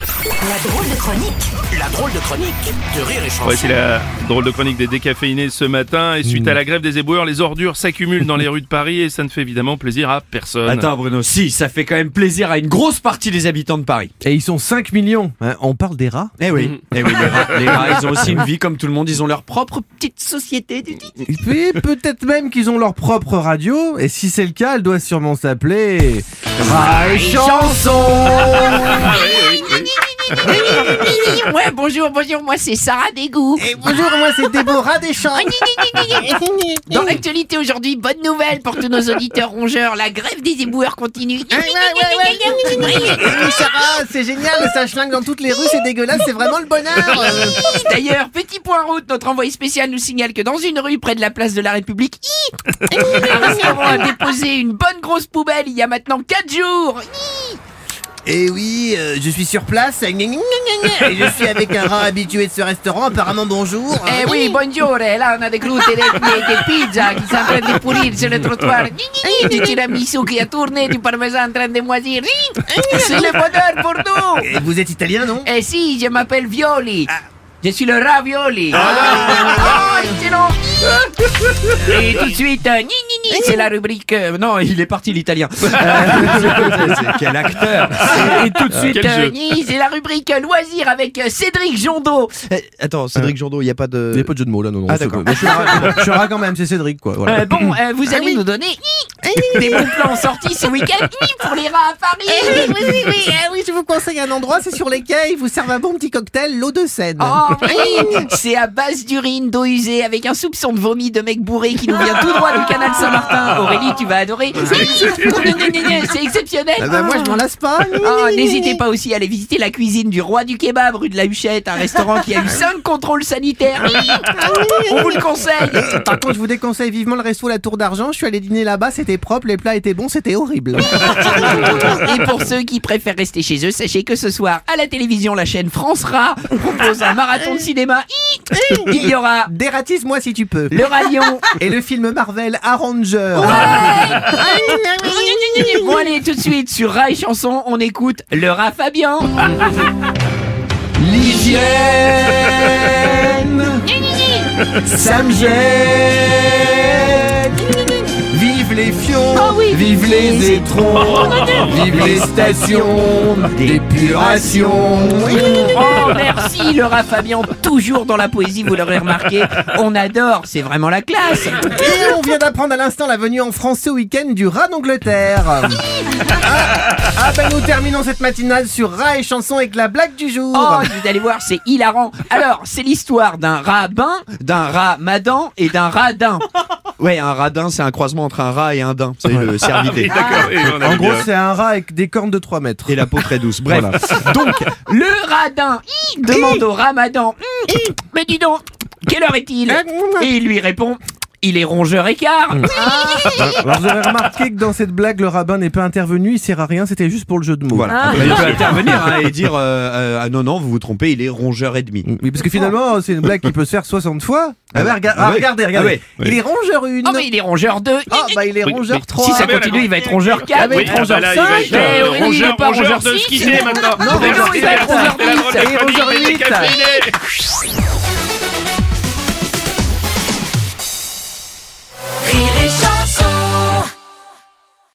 La drôle de chronique, la drôle de chronique de Rire et Chanson. Voici la drôle de chronique des décaféinés ce matin. Et Mm. suite à la grève des éboueurs, les ordures s'accumulent dans les rues de Paris et ça ne fait évidemment plaisir à personne. Attends Bruno, si, ça fait quand même plaisir à une grosse partie des habitants de Paris. Et ils sont 5 millions. hein. on parle des rats. Eh oui, eh oui les, rats, les rats, ils ont aussi une vie comme tout le monde, ils ont leur propre petite société. du dit. Et puis, peut-être même qu'ils ont leur propre radio. Et si c'est le cas, elle doit sûrement s'appeler. Rats et chansons Ouais, bonjour, bonjour, moi c'est Sarah Dégout. Bonjour, moi c'est Déborah Deschamps. Dans l'actualité aujourd'hui, bonne nouvelle pour tous nos auditeurs rongeurs, la grève des éboueurs continue. Sarah, c'est génial, ça schlingue dans toutes les rues, c'est dégueulasse, c'est vraiment le bonheur. Euh, D'ailleurs, petit point route, notre envoyé spécial nous signale que dans une rue près de la place de la République, un restaurant a déposé une bonne grosse poubelle il y a maintenant 4 jours. Et oui, euh, je suis sur place. Et je suis avec un rat habitué de ce restaurant, apparemment bonjour. Eh oui, bonjour, eh, là on a des croûtes et des, des- des pizzas qui sont en train de pourrir sur le trottoir. Du tiramisu qui a tourné, du parmesan en train de moisir. C'est le bonheur pour nous Et Vous êtes italien, non Ah. Eh si, je m'appelle Violi. Je suis le rat Violi. Ah, excellent. Ah. Et tout de suite, euh, ni, ni, Eh. ni, c'est la rubrique. euh, non, Non, Oh, il est parti l'italien. Euh, c'est- c'est- quel acteur Ah. et tout de suite, Quel euh, jeu. ni, c'est la rubrique euh, loisirs avec euh, Cédric Jondeau. Attends, Cédric Jondot, il n'y a pas de. Il n'y a pas de jeu de mots là, non, non. Ah, c'est d'accord. bon. euh, Je suis rat- je suis rat quand même, c'est Cédric, quoi. voilà. Eh Euh, ben bon, euh, vous allez nous donner hi, des bons plans sortis ce week-end hi, pour les rats à Paris. oui, oui, oui, eh oui, je vous conseille un endroit, c'est sur les quais, ils vous servent un bon petit cocktail, l'eau de Seine. Ah. Oh oui, c'est à base d'urine, d'eau usée, avec un soupçon de vomi de mec bourré qui nous vient tout droit du canal Saint-Martin. Aurélie, tu vas adorer. C'est Ah exceptionnel. bah, moi, je m'en lasse pas. Ah. Oh, n'hésitez pas aussi à aller visiter la cuisine du roi du kebab rue de la Huchette, un restaurant qui a eu 5 contrôles sanitaires. On vous le conseille. Par contre, je vous déconseille vivement le resto La Tour d'Argent. Je suis allé dîner là-bas, c'était propre, les plats étaient bons, c'était horrible. Et pour ceux qui préfèrent rester chez eux, sachez que ce soir, à la télévision, la chaîne France Rat propose un marathon de cinéma. Il y aura Dératise-moi si tu peux. le rayon. Et le film Marvel Arranger. Bon allez, tout de suite, sur Rat et Chanson, on écoute le rat Fabien. L'hygiène, ça me gêne. Vive les fions, Ah vive les étrons, vive les stations d'épuration. Oh merci le rat Fabien, toujours dans la poésie, vous l'aurez remarqué. On adore, c'est vraiment la classe. Et on vient d'apprendre à l'instant la venue en France ce week-end du rat d'Angleterre. Ah, ah, bah, nous terminons cette matinale sur rat et chanson avec la blague du jour. Oh, vous allez voir, c'est hilarant. Alors, c'est l'histoire d'un rabbin, D'un rat madan et d'un radin. Ouais, un radin, c'est un croisement entre un rat et un daim. C'est le Oui, cervidé. Ah, d'accord, oui, on a En vu gros, bien. c'est un rat avec des cornes de 3 mètres. Et la peau très douce. Bref. Donc, le radin hi, demande au ramadan Hum, hum, Mais dis donc, quelle heure est-il Eh, Et il lui répond Il est rongeur écart. Alors, vous aurez remarqué que dans cette blague, le rabbin n'est pas intervenu, il sert à rien, c'était juste pour le jeu de mots. Voilà. Ah. Après, il peut intervenir hein, et dire euh, euh, Ah non, non, vous vous trompez, il est rongeur et demi. Oui, parce que finalement, c'est une blague qui peut se faire 60 fois. Ah bah, rega- ah, oui. regardez, regardez. Ah oui. Il est rongeur une. Oh, mais il est rongeur 2. Ah, bah il est Oui, rongeur oui. 3. Si ça Ah, mais continue, il va être rongeur 4. Oui, ah bah là, il va être, euh, cinq, mais Aurélie, il est rongeur, pas rongeur rongeur de six. skier maintenant. non, il va être Rongeur rongeur de skier, huit. c'est la drôle de Et chronique rongeur des huit. décaféinés.